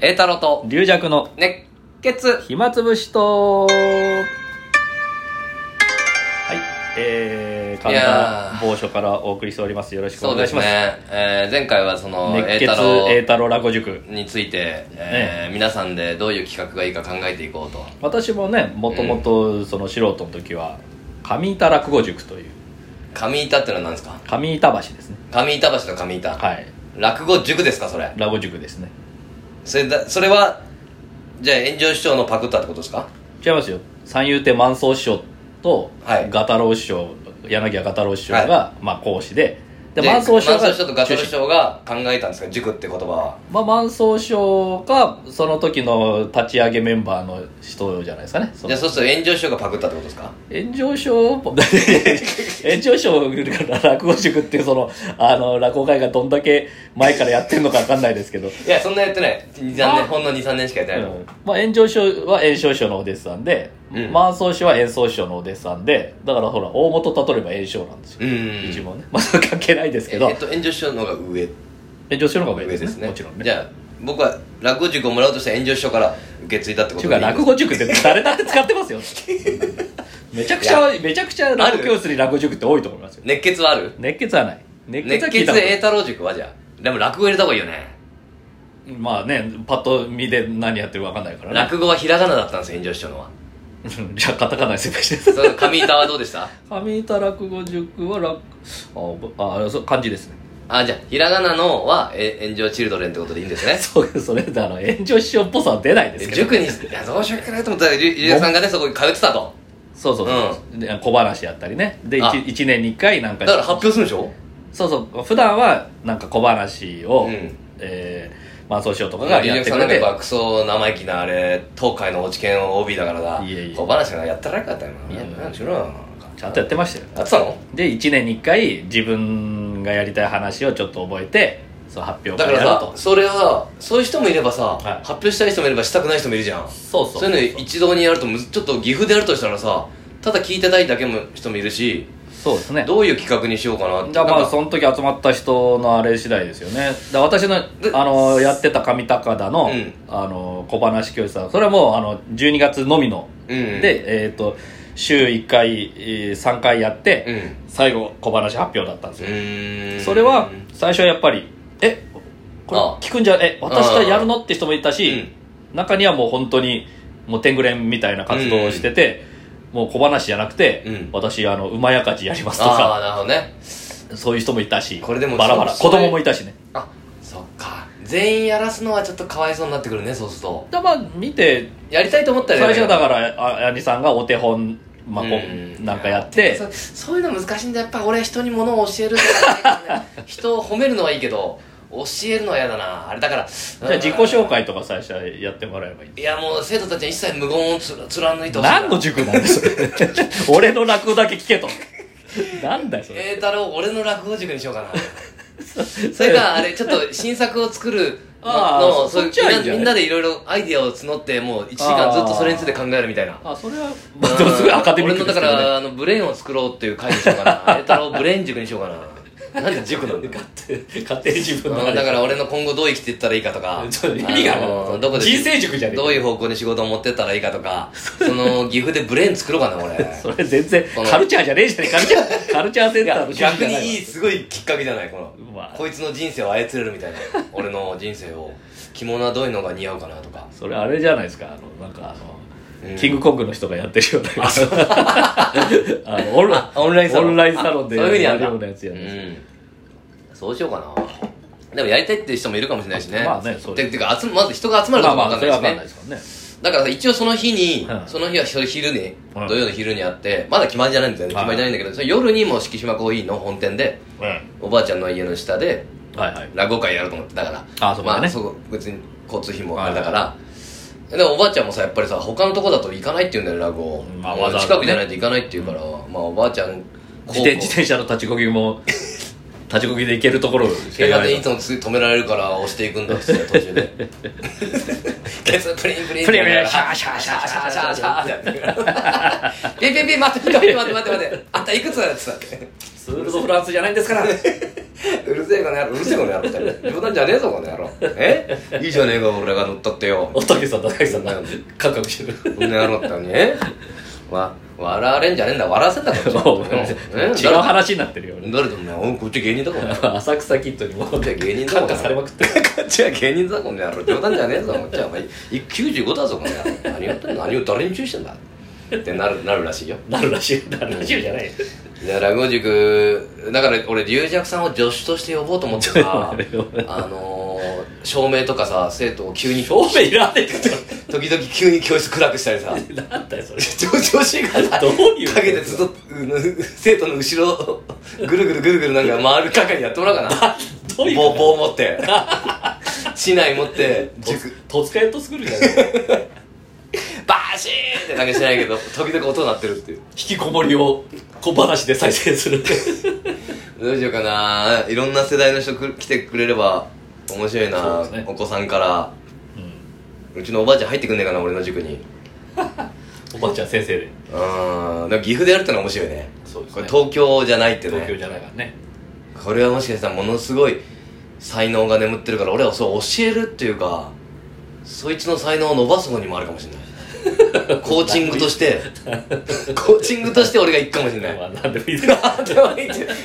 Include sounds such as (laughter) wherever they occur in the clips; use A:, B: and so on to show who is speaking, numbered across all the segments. A: 栄太郎と
B: 龍尺の
A: 熱血
B: 暇つぶしとはいえー、
A: い
B: 神
A: や
B: 田
A: ー
B: 某所からお送りしておりますよろしく
A: そ
B: お
A: うで
B: 願いし
A: す
B: ます
A: ね、えー前回はその
B: 熱
A: 栄
B: 血
A: 太郎
B: 栄太郎落語塾
A: について、えー皆さんでどういう企画がいいか考えていこうと
B: 私もねもともとその素人の時は上板落語塾という
A: 上板ってのは何ですか
B: 上板橋ですね
A: 上板橋の上板、
B: はい
A: 落語塾ですかそれ
B: 落語塾ですね
A: それだそれはじゃあ炎上師匠のパクったってことですか
B: 違いますよ三遊亭万宗師匠と
A: はい
B: 画太郎師匠柳家画太郎師匠が、
A: は
B: まあ、講師でで
A: 万
B: 万
A: 宗
B: 宗
A: 師
B: 師
A: 匠
B: 匠
A: とガ
B: が
A: ト
B: 中
A: ル師
B: 心
A: 匠が考えたんですか塾って言葉は
B: まあ、万総賞かその時の立ち上げメンバーの人じゃないですかねそ
A: じゃあ
B: の
A: そうすると炎上師匠がパクったってことですか
B: 炎上賞
A: (laughs)
B: 炎上賞から落語塾っていうそのあの落語会がどんだけ前からやってるのか分かんないですけど、
A: いやそんなやってない23年
B: あ
A: ほんの23年しかやって
B: う
A: ないの、
B: んまあ、炎上賞は炎上賞のお弟子さんで、
A: うん
B: 万総賞は演奏賞のお弟子さんでだからほら大元例えば炎上なんですよ、
A: うん
B: 一問ねまあそれ関係ないです
A: え
B: けど
A: えっと炎上師匠の方が上
B: 炎上賞の方が
A: 上
B: 上
A: で
B: ですす
A: ね
B: ねもちろんね
A: じゃあ僕は落語塾をもらおうとして炎上師匠から受け継いだってこ
B: ってい
A: とで
B: う
A: いいん
B: か
A: です
B: 落語塾って誰だって使っ
A: (laughs)
B: てますよめちゃくちゃめちゃくちゃ落語教室に落語塾って多いと思いますよ
A: 熱血はある
B: 熱血はない熱血
A: 熱
B: は
A: 血
B: 聞いたこ
A: 栄太郎塾はじゃあでも落語入れた方がいいよね
B: とまあねパッと見で何やってるか分かんないからね
A: 落語はひらがなだったんですよ炎上師匠のは
B: (laughs) じゃあカタカナに説明して
A: (laughs) その上板はどうで
B: (laughs)
A: した
B: 上板落語塾は落ああそう漢字ですね
A: あじゃあひらがなのはえ炎上チルドレンってことでいいんですね
B: (laughs) そうそれであの炎上師匠っぽさは出ないですけど
A: 塾にいやどうしようかなと思ったらゆゆりやさんがねそこに通ってたと
B: そうそうそう、で小話やったりねで
A: あ
B: 1, 年に1回なんか
A: だから発表するんでしょ
B: そうそう普段はなんか小話を、
A: うん
B: えー、まあそうしようとかが
A: ゆり
B: や
A: や
B: って
A: さ
B: く
A: んな
B: れ
A: んか
B: て
A: やっぱクソ生意気なあれ東海の落研 OB だからだ
B: いえいえ
A: 小話がやったらよかったよ
B: いえいえ
A: なんしろよ
B: ちゃんとやってましたよ
A: やってたの
B: で1年に1回自分がやりたい話をちょっと覚えてそう発表
A: だ
B: 会
A: か
B: や
A: ら
B: る
A: さ
B: と
A: それはそういう人もいればさ、
B: い
A: 発表したい人もいればしたくない人もいるじゃん
B: そうそう
A: そういうの一堂にやるとむずちょっと岐阜でやるとしたらさただ聞いてないだけの人もいるし
B: そうですね
A: どういう企画にしようかなって
B: じゃあま
A: な
B: あ
A: んか
B: その時集まった人のあれ次第ですよねだ私の
A: で
B: あのやってた上高田の,、
A: うん
B: あの小話教室さんそれはもうあの12月のみの、
A: うんうん
B: でえっ、と週1回、え3回やって、
A: うん
B: 最後小話発表だったんです
A: う
B: よ、
A: ーん
B: それは最初はやっぱりえこれ
A: ああ
B: 聞くんじゃえ私とやるのって人もいたし、中にはもう本当にもう天狗連みたいな活動をしてて、もう小話じゃなくて、
A: うん
B: 私あの馬やかじやりますと
A: ああ
B: か
A: なるほどね
B: そういう人もいたし
A: これでも
B: バラバラ
A: そう
B: 子
A: そういう
B: 供もいたしね
A: あそっか全員やらすのはちょっとかわいそうになってくるねそうすると
B: だまあ見て
A: やりたいと思った
B: 最
A: らやれ
B: 初
A: ば
B: はだからあ兄さんがお手本、まあこ
A: う
B: うなんかやって
A: そそういうの難しいんだやっぱ俺は人に物を教えるとかね人を褒めるのはいいけど教えるのは嫌だなあれだからじ
B: じゃあ自己紹介とか最初はやってもらえばいい
A: いやもう生徒たちは一切無言をつ貫いてほしいな
B: 何の塾なんです (laughs) 俺の落語だけ聞けとなんだよそ
A: え
B: れ
A: ー、太郎俺の落語塾にしようかな
B: (laughs)
A: それかあれちょっと新作を作るの
B: あー
A: の
B: そ
A: そう
B: そ
A: い
B: っちは
A: う
B: いい
A: み
B: ん
A: ん
B: じ
A: な
B: ゃない
A: みんなでいろいろアイディアを募ってもう1時間ずっとそれについて考えるみたいな
B: あそれは、まあ、でもすごいアカデミック
A: 俺の
B: で
A: だ
B: すけ
A: か
B: ど、ね、
A: らあのブレーンを作ろうっていう会にしようかな栄太郎ブレーン塾にしようかななんで塾なんだ
B: (laughs)
A: よ
B: 勝手に自分の中
A: うん
B: で
A: だから俺の今後どう生きていったらいいかと
B: (laughs)
A: か
B: ちょっと意味がある
A: あのどこで
B: 人生塾じゃねえか
A: どういう方向に仕事を持ってったらいいかとかその岐阜でブレーン作ろうかな俺
B: (laughs) それ全然
A: この
B: カルチャーじゃねえじゃねえカルチャ
A: (laughs)
B: ーカルチャーセンターの趣
A: 逆
B: 旨じゃない
A: にいいすごいきっかけじゃないこの、
B: まあ
A: こいつの人生を操れるみたい
B: (laughs)
A: な俺の人生を着物はどういうのが似合うかなとか
B: それあれじゃないですかあのなんかあの、
A: うん
B: キングコングの人がやってるような (laughs) あのオンラ
A: オンラインサロン
B: オンラインサロンで
A: あそういうふうにや
B: や
A: るんだ
B: るようなやつや
A: う
B: る、
A: んそうしようかなでもやりたいっていう人もいるかもしれないしね
B: まあねそう
A: ててか集ままず人が集まるか
B: まあ
A: も
B: ま
A: わか
B: あ
A: ん
B: そ
A: な
B: れ
A: い
B: は
A: し
B: 分かん
A: ね
B: ないですからね
A: だからさ一応その日に、
B: うん
A: その日はそれ昼に、
B: うん
A: 土曜の昼にあってまだ決まりじゃないんだよね、
B: は
A: 決
B: い
A: まりじゃないんだけどそれ夜にもう四季島コーヒーの本店でおばあちゃんの家の下で
B: はいはい
A: 落語会やると思ってだから
B: あそこだね
A: まあ、そこ別に交通費もあれだから、でもおばあちゃんもさやっぱりさ他のとこだと行かないって言うんだよ落語、
B: まあわざわざね
A: 近くじゃないと行かないって言うから、まあおばあちゃん
B: 自転自転車の立ちこぎも立ちこぎで行けるところ
A: (laughs)
B: しか
A: 警
B: い
A: 察
B: な
A: にい
B: い
A: つもつ止められるから押していくんだっつって途中 (laughs) でケツプリンプリン
B: プリンプリン
A: シ
B: シ
A: ャ
B: ャ
A: ー
B: ー
A: シ
B: シ
A: ャ
B: ャ
A: ー
B: ー
A: シ
B: シ
A: ャー
B: ャー
A: シ
B: シ
A: ャー
B: ャー
A: シ
B: シ
A: ャ
B: ャ
A: ー
B: ー
A: っ
B: ってて
A: や
B: や
A: っ
B: ってて
A: るからピンピンピン待って待って待って待って待ってあんたいくつだっつって
B: ツール・ド・フランスじゃないんですから
A: うるせえこの野郎うるせえこの野郎って冗談じゃねえぞこの野郎えいいじゃねえか俺が乗ったってよ
B: おたけさん、高木さんが
A: うん、
B: カクカクしてる。
A: この野郎ってのにえわ笑われんじゃねえんだ笑わせんだこっち (laughs)
B: もう
A: え
B: (laughs) 違う話になってるよね。
A: 誰だお前おいこっち芸人だこの野郎
B: 浅草キッドにもう、
A: こっちは芸人だ
B: 感
A: この
B: 化
A: 野
B: され
A: 郎
B: まくってる。
A: こっちは芸人だこの野郎冗談じゃねえぞこっちはお前95だぞこの野郎何やってんの何を誰に注意してんだってなるなるらしいよ
B: なるらしい。なるらしいじゃない。
A: で落語塾だから俺龍尺さんを助手として呼ぼうと思ってさあのー、照明とかさ生徒を急に
B: 表面いらねえか
A: 時々急に教室暗くしたりさ
B: ら。なんだよ、それ。
A: 調調子がさ
B: どういうこと
A: かけてずっとうん生徒の後ろをぐるぐるぐるぐるなんか回る係やってもらおうかな
B: どういう
A: 棒棒
B: こ
A: 持って (laughs) 市内持って
B: と
A: 塾
B: とつかやっと作るじゃない
A: バーシーンってだけしないけど時々音鳴ってるっていう
B: 引きこもりを小話で再生する。
A: どうしようかないろんな世代の人く来てくれれば面白い
B: そう
A: な、
B: ですね
A: お子さんから
B: うん
A: うちのおばあちゃん入ってくんねえかな俺の塾に
B: おばあちゃん先生で。
A: うんでも岐阜でやるってのは面白いね
B: そうです
A: こ
B: ね
A: れ東京じゃないってね
B: 東京じゃないからね。
A: これはもしかしたらものすごい才能が眠ってるから俺はそう教えるっていうかそいつの才能を伸ばす方にもあるかもし
B: (laughs)
A: れないコーチングとしてコーチングとして俺が行くかもしれない
B: まあ、なんでもいいだろ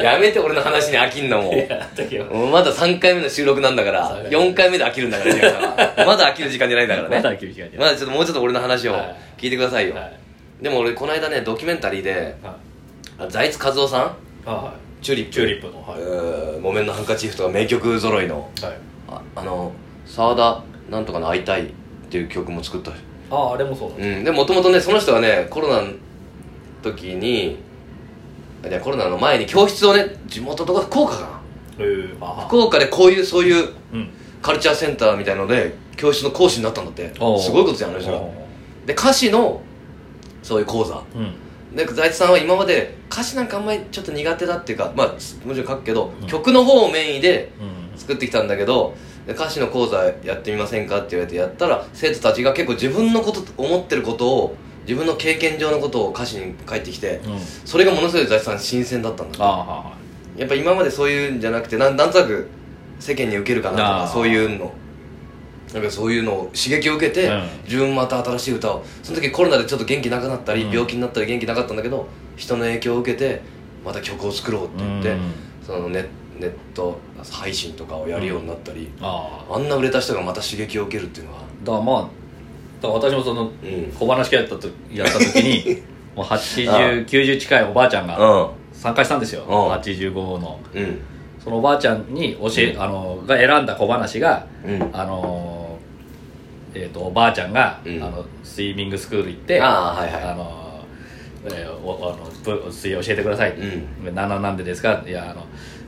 B: う。
A: やめて俺の話に飽きんのも
B: いや、だけど、
A: もうまだ3回目の収録なんだから
B: そうだね
A: 4回目で飽きるんだから皆さんまだ飽きる時間じゃないんだからね
B: (laughs) まだ厳しい感じ
A: まだちょっともうちょっと俺の話を
B: はい
A: 聞いてくださいよ、
B: はい。
A: でも俺この間ねドキュメンタリーで
B: あ
A: あ財津和夫さん
B: は
A: チューリッ
B: い。
A: プ
B: チューリップの、はい。
A: うん木綿のハンカチーフとか名曲揃いの
B: はい。
A: ああの澤田なんとかの「会いたい」っていう曲も作ったし
B: ああ、あれもそうなんで
A: うんでもともとねその人はねコロナの時にいやコロナの前に教室をね地元とか福岡かな
B: す。ええ、まあ。
A: 福岡でこういうそういう
B: うん。
A: カルチャーセンターみたいので教室の講師になったんだってす
B: おう
A: ごいことじゃんあの人がで歌詞のそういう講座
B: うん。
A: で財津さんは今まで歌詞なんかあんまりちょっと苦手だっていうかまあもちろん書くけど、
B: うん
A: 曲の方をメインで
B: うん。
A: 作ってきたんだけどで歌詞の講座やってみませんかって言われてやったら生徒たちが結構自分のこと思ってることを自分の経験上のことを歌詞に書いてきて
B: うん。
A: それがものすごい財津さん新鮮だったんだ
B: ああ、はい。
A: やっぱ今までそういうんじゃなくてなんなんとなく世間に受けるかなと
B: あ
A: か
B: ー
A: そういうのなんかそういうのを刺激を受けて、
B: うん
A: 自分また新しい歌をその時コロナでちょっと元気なくなったり、
B: うん
A: 病気になったり元気なかったんだけど人の影響を受けてまた曲を作ろうって言って、
B: うん
A: そのネネット配信とかをやるようになったり、
B: ああ
A: あんな売れた人がまた刺激を受けるっていうのは
B: だからまあだから私もその
A: うん
B: 小話会やったとやった
A: (laughs)
B: 時にもう8090近いおばあちゃんが参加したんですよ
A: うん
B: 85の
A: うんうん
B: そのおばあちゃんに教え、あのが選んだ小話が
A: うん
B: あのえっ、とおばあちゃんが、
A: うん
B: あのスイミングスクール行って
A: ああはいはい
B: あの、えーおあのぶ水泳教えてください、
A: う
B: なななんでですかいやあの、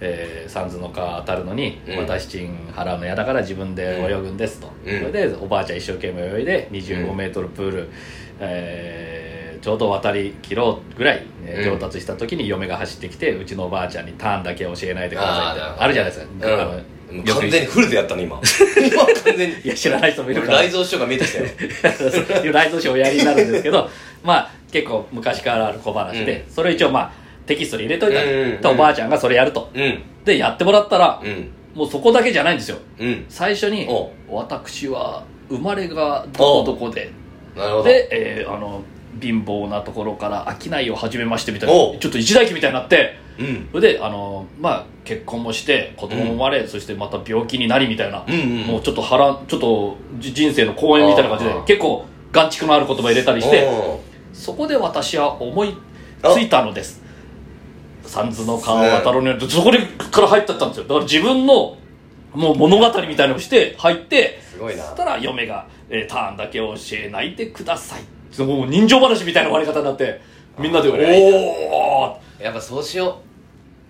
B: えー、三途の川当たるのに、
A: うん
B: 私ちん払うの嫌だから自分で泳ぐんですと、
A: うん
B: それでおばあちゃん一生懸命泳いで2
A: うん
B: 5ルプール、えーちょうど渡りきろうぐらい、ね
A: うん
B: 上達した時に嫁が走ってきて、うちのおばあちゃんにターンだけ教えないでくださいみたい
A: あ
B: な
A: ー
B: あるじゃないですか、あの
A: うんもう
B: よく
A: 完全にフルでやったの
B: (laughs)
A: 今今完全に
B: いや知らない人もいるから
A: 俺雷蔵師匠が見えてきたよ
B: (laughs) そういうライドショーをおやりになるんですけどまあ結構昔からある小話で、
A: う
B: それ一応まあテキストに入れといた
A: うんうんうん
B: でおばあちゃんがそれやると
A: うん
B: でやってもらったら、
A: うん
B: もうそこだけじゃないんですよ
A: うん
B: 最初に
A: お
B: 「私は生まれがどこどこで
A: なるほど
B: で、えーあの貧乏なところから商いを始めまして」みたい
A: お
B: なちょっと一大記みたいになって
A: うん
B: それであの、まあ、結婚もして子供も生まれ、そしてまた病気になりみたいな、
A: うんうん
B: もうちょっと波乱ちょっとじ人生の公演みたいな感じで
A: あー
B: 結構眼蓄のある言葉入れたりして
A: おう
B: そこで私は思いついたのです三途の川を渡ろうねそこでから入ってったんですよだから自分のもう物語みたいのをして入って
A: すごいな
B: そしたら嫁が、えーターンだけ教えないでくださいもう人情話みたいな終わり方になってみんなで
A: あー
B: 「
A: これ
B: おお!」
A: やっぱそうしよ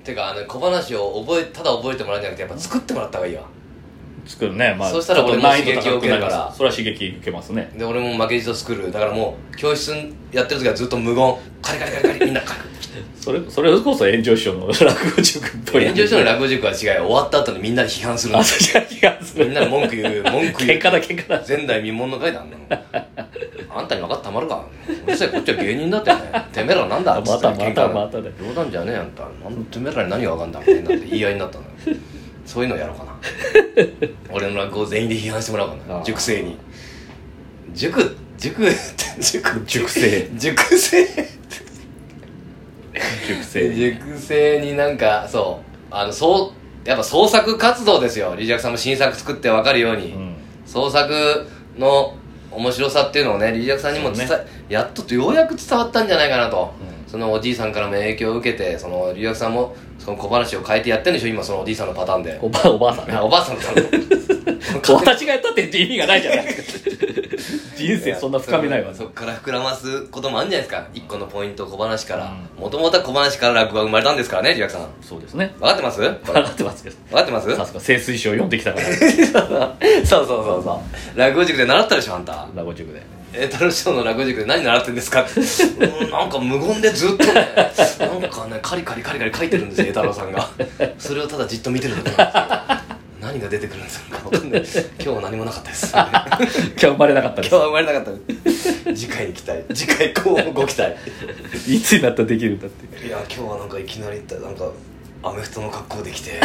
A: うてかあの小話を覚えただ覚えてもらうんじゃなくてやっぱ作ってもらった方がいいわ
B: 作るねまあ
A: そしたら俺も
B: ちょっと難易度高くなり
A: 刺激を受ける
B: ま
A: か
B: す
A: ら
B: それは刺激受けますね
A: で俺も負けじと作るだからもう教室やってる時はずっと無言カリカリカリカリみんなカリ
B: それそれこそ炎上師匠の落語塾っぽい
A: 炎上師匠の落語塾は違い終わった後にみんなで批判するん
B: あ
A: だ
B: そっちが違う
A: みんなで文句言う文句言
B: 喧
A: う
B: 嘩だ喧嘩だ
A: 前代未聞の回だあんなのあんたに分かってたまるかうるせえこっちは芸人だってねてめえらなんだっつって
B: またまた
A: 喧嘩な
B: まただよ
A: 冗談じゃねえよあんたなんてめえらに何が分かんだみたいになって言い合いになったのよそういうのやろうかな俺の落語を全員で批判してもらおうか
B: あ
A: な
B: ー
A: 塾生に塾塾 (laughs) 塾
B: 塾生
A: 塾生
B: 熟
A: 熟成になんかそうあのそうやっぱ創作活動ですよリージャクさんも新作作って分かるように、
B: うん
A: 創作の面白さっていうのをねリージャクさんにも伝え、
B: そう
A: やっとようやく伝わったんじゃないかなと、
B: うん
A: そのおじいさんからも影響を受けてそのリージャクさんもその小話を変えてやってるんでしょ今そのおじいさんのパターンで
B: おばおばあさんね
A: あおばあさんだろ
B: 私がやったって意味がないじゃ
A: (laughs)
B: ないですか人生そんな深めないわ
A: そっから膨らますこともあるんじゃないですか一個のポイント小話から
B: う
A: もともとは小話から落語が生まれたんですからねリージャクさん
B: そうですね
A: 分かって
B: (laughs)
A: ます分
B: 分かってますけど
A: かってます
B: さすが清水書を読んできた
A: (laughs)
B: から
A: そうそうそうそう落語塾で習ったでしょあんた
B: 名古塾で
A: 栄太郎師匠の落語塾で何習ってんですかってうんなんか無言でずっとねなんかねカリカリカリカリ書いてるんですよ栄太郎さんがそれをただじっと見てるだけなんですよ何が出てくるんですかわかんない今日は何もなかったです (laughs) 今
B: 今日生まれなかったで
A: 日は生まれなかったです次回に期待次回こうご期待
B: すいつになったらできるんだって
A: いや今日はなんかいきなりなんかアメフトの格好で来て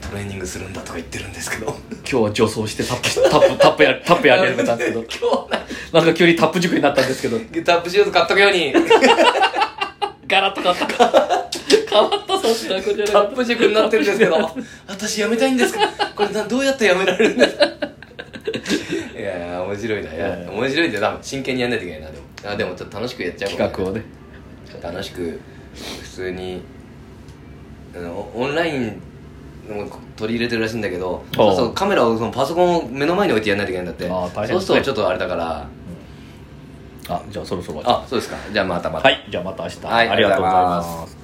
A: トレーニングするんだとか言ってるんですけど
B: 今日は女装してタップタップタップやタップやり始めたんですけど
A: (laughs) 今日はね
B: なんか急にタップ塾になったんですけど
A: タップシューズ買っとくように
B: ガラッと (laughs) 変わった変わったそんな子じゃない
A: タップ塾になってるんですけど私辞めたいんですかこれなどうやって辞められ (laughs) るんですかいやいや面白いないや
B: いや
A: 面白いんだよ多分真剣にやんないといけないなでもあでもちょっと楽しくやっちゃう
B: 企画をね
A: 楽しく普通にあのオンラインも取り入れてるらしいんだけど
B: ああ
A: そうそうカメラをそのパソコンを目の前に置いてやんないといけないんだって
B: ああ大変
A: そうするとちょっとあれだから
B: あじゃあそろそろ
A: あそうですかじゃあまたまた
B: はいじゃあまた明日、
A: はい
B: ありがとうござい
A: ありがとうございま
B: ま
A: す